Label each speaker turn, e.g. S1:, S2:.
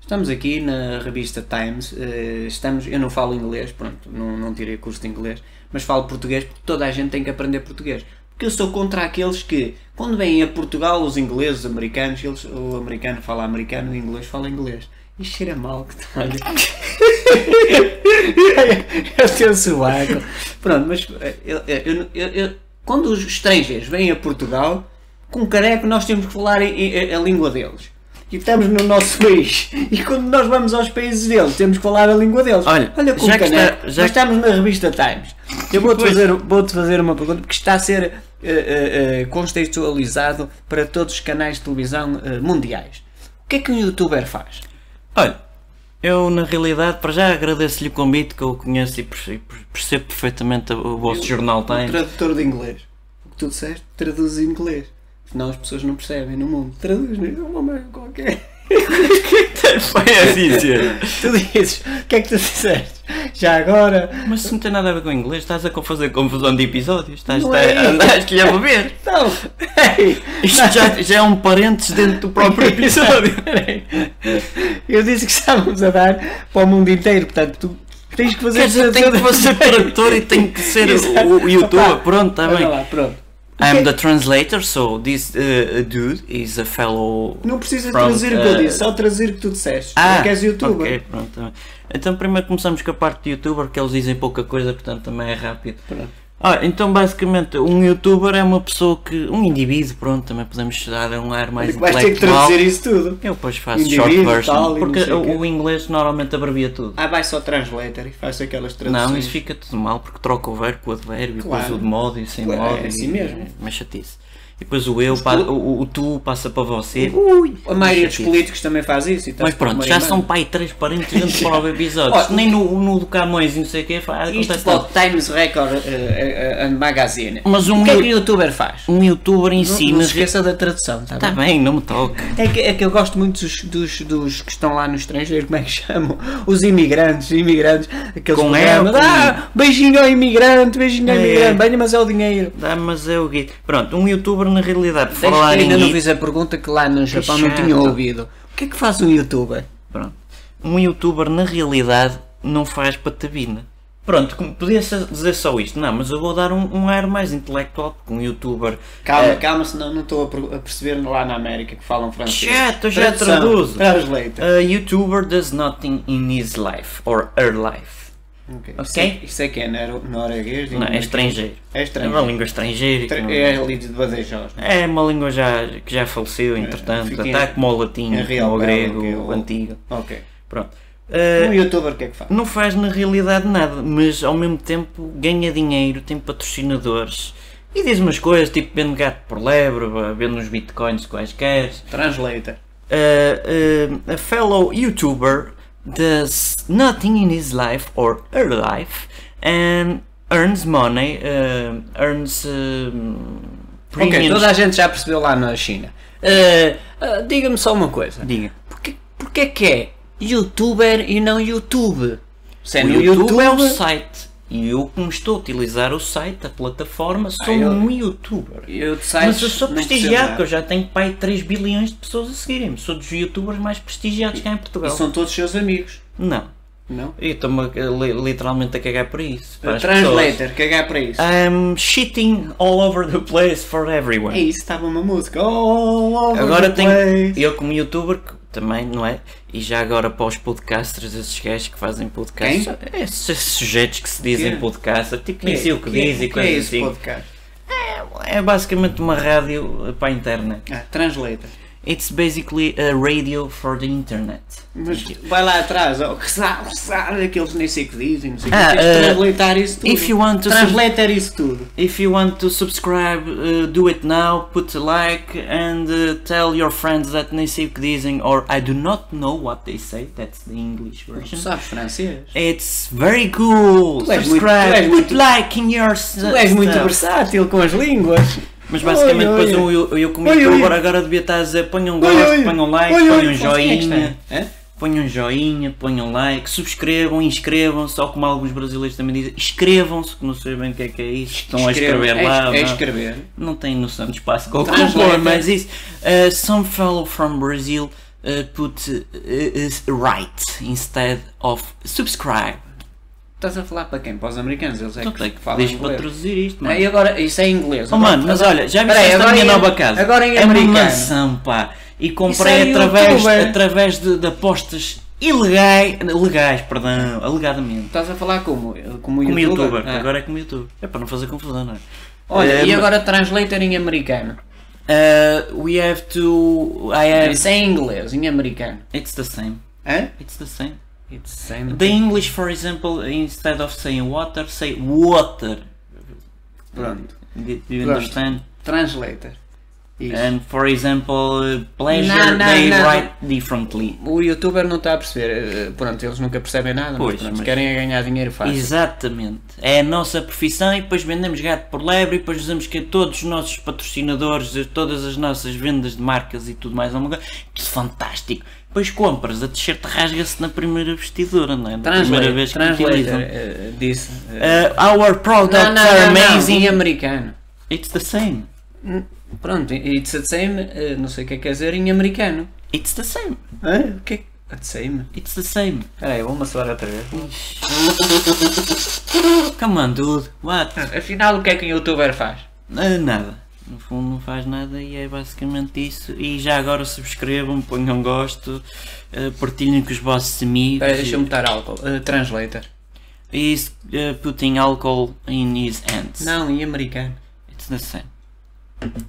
S1: Estamos aqui na revista Times, eh, estamos, eu não falo inglês, pronto, não, não tirei curso de inglês, mas falo português porque toda a gente tem que aprender português. Porque eu sou contra aqueles que, quando vêm a Portugal, os ingleses, os americanos, eles, o americano fala americano, o inglês fala inglês. E cheira mal que tá, olha. é o teu sovaco. Pronto, mas eh, eu, eu- eu- eu- quando os estrangeiros vêm a Portugal, com careco nós temos que falar em- em- a língua deles. E estamos no nosso país. E quando nós vamos aos países deles, temos que falar a língua deles.
S2: Olha,
S1: com
S2: já que está-
S1: caneco,
S2: já
S1: nós
S2: que-
S1: estamos na revista Times. Eu vou-te
S2: Pois.
S1: fazer, vou fazer uma pergunta, porque está a ser eh, eh, eh, contextualizado para todos os canais de televisão eh, mundiais. O que é que um youtuber faz?
S2: Olha, eu na realidade, para já agradeço-lhe o convite que eu conheço e perce- e percebo, perfeitamente o vosso jornal tem.
S1: Um tradutor de inglês. O que tu disseste, traduz em inglês. Senão as pessoas não percebem no mundo. Traduz, não é? Um homem qualquer.
S2: Foi assim dizer.
S1: Tu dizes, o que é que tu disseste? Já agora,
S2: Mas isso não tem nada a ver com o inglês, estás a co- fazer confusão de episódios, estás
S1: Não
S2: a,
S1: é.
S2: andaste-lhe a beber.
S1: Então, ei,
S2: Isto já, já é um parênteses dentro do próprio episódio.
S1: eu disse que estávamos a dar para o mundo inteiro, portanto, tu tens que fazer.
S2: Quer dizer, tem que fazer tradutor e tem que ser o, o youtuber.
S1: Opa,
S2: Pronto, está
S1: Olha
S2: bem.
S1: lá, pronto.
S2: I'm the translator, so this uh, dude is a fellow.
S1: Não precisa
S2: Pronto,
S1: traduzir o que eu
S2: eh,
S1: disse, só traduzir o que tu disseste. Não queres youtuber.
S2: Ah, ok, pronto, tá bem. Então primeiro começamos com a parte de youtuber, que eles dizem pouca coisa, portanto também é rápido.
S1: Pronto.
S2: Ah, então basicamente um youtuber é uma pessoa que. um indivíduo, pronto, também podemos dar um ar mais
S1: Vais ter que
S2: intelectual.
S1: traduzir isso tudo.
S2: Eu depois faço short
S1: Indivíduo,
S2: version,
S1: tal, e não
S2: porque
S1: sei o quê.
S2: o, o inglês normalmente abrevia tudo.
S1: Ah, vai só translator e faz aquelas traduções.
S2: Não, isso fica tudo mal porque troca o verbo com o advérbio e
S1: Ah, Claro.
S2: depois o de modo e o sem
S1: Claro,
S2: modo.
S1: é
S2: e-
S1: assim mesmo.
S2: É uma chatice. E depois o eu, pa-
S1: poli-
S2: o, o tu passa para você.
S1: Ui, a maioria dos
S2: Chatice.
S1: políticos também faz isso. e tá
S2: Mas pronto, já são pai três parentes dentro do próprio episódio.
S1: Olha,
S2: Isto nem no, no do Camões e não sei o que acontece
S1: Isto
S2: tanto.
S1: pode Times Record eh, eh, eh, and Magazine.
S2: Mas
S1: O
S2: um,
S1: que é
S2: you-
S1: que o youtuber faz?
S2: um youtuber
S1: não
S2: ensina.
S1: se esqueça da tradução, tá
S2: Está
S1: bem?
S2: bem, não me toque.
S1: É que, é que eu gosto muito dos, dos, dos que estão lá no estrangeiro, como é que chamam? Os imigrantes, imigrantes, aqueles
S2: Com
S1: programas,
S2: E, com-
S1: Ah, beijinho ao imigrante, beijinho ao
S2: É.
S1: imigrante, bem, mas é o dinheiro.
S2: Dá, mas é o guito. Pronto, um youtuber na realidade, por
S1: Falar
S2: falar em
S1: ainda não
S2: guito-
S1: fiz a pergunta que lá no Japão não
S2: chato.
S1: tinha ouvido. O que é que faz um youtuber?
S2: Pronto. Um youtuber na realidade não faz patabina. Pronto, como- podia ser- dizer só isto, não, mas eu vou dar um, um ar mais intelectual, porque um youtuber.
S1: Calma,
S2: eh,
S1: calma, senão não estou a per- a perceber lá na América que falam francês.
S2: Chato, já
S1: Tradução,
S2: traduzo.
S1: Translator.
S2: eh, A youtuber does nothing in his life or her life.
S1: Ok.
S2: Ok.
S1: Isso, é- isso é que é noro- norueguês?
S2: Não, é
S1: inglês?
S2: estrangeiro.
S1: É
S2: É uma
S1: estrangeiro.
S2: língua estrangeira. que
S1: Tra-
S2: não-
S1: É ali de Badajoz. não é?
S2: É uma língua já, que já faleceu, entretanto.
S1: fiquei-
S2: Está como o latim,
S1: É real.
S2: como o
S1: belo,
S2: grego,
S1: ok,
S2: o antigo.
S1: Ok.
S2: Pronto.
S1: Um
S2: Eh,
S1: youtuber o que é que faz?
S2: É. não faz na realidade nada, mas ao mesmo tempo ganha dinheiro, tem patrocinadores e diz umas coisas tipo vendo gato por lebre, vá, vendo uns bitcoins quaisquer.
S1: Translator.
S2: Uh, uh, a fellow YouTuber does nothing in his life or her life and earns money, uh, earns um,
S1: Ok,
S2: premiums.
S1: toda a gente já percebeu lá na China. Eh, eh, Diga-me só uma coisa.
S2: Diga.
S1: Porquê, porquê que é youtuber e não YouTube? Se é
S2: O
S1: no
S2: YouTube,
S1: YouTube,
S2: é o site. E eu, como estou a utilizar o site, a plataforma, sou
S1: Ah, eu-
S2: um YouTuber.
S1: eu de
S2: Mas
S1: sites
S2: eu sou
S1: não percebo
S2: prestigiado,
S1: nada.
S2: porque eu já tenho pai 3 bilhões de pessoas a seguirem-me. Sou dos youtubers mais prestigiados cá em Portugal.
S1: E são todos seus amigos,
S2: Não.
S1: não?
S2: Eu estou-me a- li- literalmente a cagar por isso. para as pessoas.
S1: Translator, cagar para isso.
S2: I'm shitting all over the place for
S1: É
S2: everyone.
S1: isso, estava uma música. Oh,
S2: Agora tenho.
S1: tenho.
S2: Eu, como youtuber, que também, não é? E já agora para os podcasters, esses gajos que fazem podcasts. Esses, esses sujeitos que se dizem
S1: Quê?
S2: podcasters, tipo, nem sei o que diz e
S1: que é
S2: coisas
S1: esse
S2: assim.
S1: podcast?
S2: É basicamente uma rádio eh, para a internet.
S1: Ah, translator.
S2: It's basically a radio for the internet.
S1: Mas vai lá atrás, ó, que sabe, que sabe, aqueles nem sei o que dizem, não sei o
S2: Ah,
S1: que. Tens
S2: eh,
S1: de translatar isso tudo.
S2: if you want to-
S1: Translatar isso tudo.
S2: If you want to subscribe, uh, do it now, put a like and uh, tell your friends that nem sei o que dizem or I do not know what they say, that's the English
S1: Tu
S2: version.
S1: sabes francês?
S2: É It's very cool!
S1: Tu és muito- tu és
S2: subscribe,
S1: muito-
S2: put like in your s-
S1: Tu és muito
S2: stuff.
S1: versátil com as línguas.
S2: Mas basicamente
S1: Oi, oi.
S2: depois eu, eu, eu como
S1: Oi,
S2: youtuber
S1: oi.
S2: agora devia estar a dizer
S1: Oi,
S2: ponham gosto,
S1: oi.
S2: ponham like,
S1: Oi, oi.
S2: ponham joinha.
S1: é Hã?
S2: Ponham joinha, ponham like, subscrevam, inscrevam-se, só como alguns brasileiros também dizem, inscrevam-se, que não sei bem o que é que é isto, estão
S1: Escreve-
S2: a escrever
S1: é-
S2: lá.
S1: É Ah,
S2: não.
S1: escrever.
S2: não tem noção de espaço com o
S1: Translate.
S2: compor, mas isso. Uh, some fellow from Brazil uh, put uh, is right instead of subscribe.
S1: Estás a falar para quem? Para os americanos, eles é
S2: Então,
S1: que
S2: tem que
S1: falam
S2: diz para
S1: inglês.
S2: traduzir isto, mano.
S1: Ah, e agora, isso é em inglês.
S2: Oh,
S1: Agora-
S2: mano, mas
S1: agora-
S2: olha, já
S1: Peraí,
S2: viste esta minha
S1: em-
S2: nova casa?
S1: Agora em
S2: é uma
S1: americano.
S2: maçã, pá. E
S1: Isso
S2: comprei
S1: é
S2: através,
S1: youtuber.
S2: através de, de apostas ilegais, legais, perdão, alegadamente.
S1: Estás a falar como? Como
S2: Como
S1: youtuber?
S2: youtuber,
S1: Ah.
S2: agora é como youtuber. É para não fazer confusão, não é?
S1: Olha, e
S2: Eh, ma-
S1: agora translator em americano?
S2: Uh, we have to. I have.
S1: Isso é em inglês, em americano.
S2: It's the same.
S1: Hã?
S2: It's the same.
S1: It's same.
S2: The English, for example, instead of saying water, say water.
S1: Pronto.
S2: Do do you
S1: Pronto.
S2: understand?
S1: Translator. Isso.
S2: And for example, uh, pleasure,
S1: No, no,
S2: they
S1: no.
S2: write differently.
S1: O youtuber não está a perceber. eh, Pronto, eles nunca percebem nada,
S2: Pois,
S1: mas, pronto,
S2: mas-
S1: querem é ganhar dinheiro fácil.
S2: Exatamente. É a nossa profissão e depois vendemos gato por lebre e depois dizemos que todos os nossos patrocinadores, todas as nossas vendas de marcas e tudo mais alguma coisa, que fantástico. Depois compras, a t-shirt rasga-se na primeira vestidura, não é? Na primeira
S1: Translator,
S2: vez que
S1: translator
S2: utilizam.
S1: eh, disse. eh,
S2: Uh, our products
S1: não, não,
S2: are
S1: não, não,
S2: amazing.
S1: em americano.
S2: It's the same.
S1: Pronto, it's the same, eh, não sei o que é que quer dizer em americano.
S2: It's the same.
S1: Hã? O que é que. The same?
S2: It's the same.
S1: Peraí, vou-me assoar outra vez.
S2: Come on, dude. What?
S1: Afinal, o que é que um youtuber faz?
S2: Ah, nada. No fundo não faz nada e é basicamente isso. E já agora subscrevam, ponham gosto, ah, partilhem com os vossos amigos.
S1: Espera, deixa-me botar álcool. Eh, translator.
S2: E isso, ah, putting alcohol in his hands.
S1: Não, em americano.
S2: It's the same.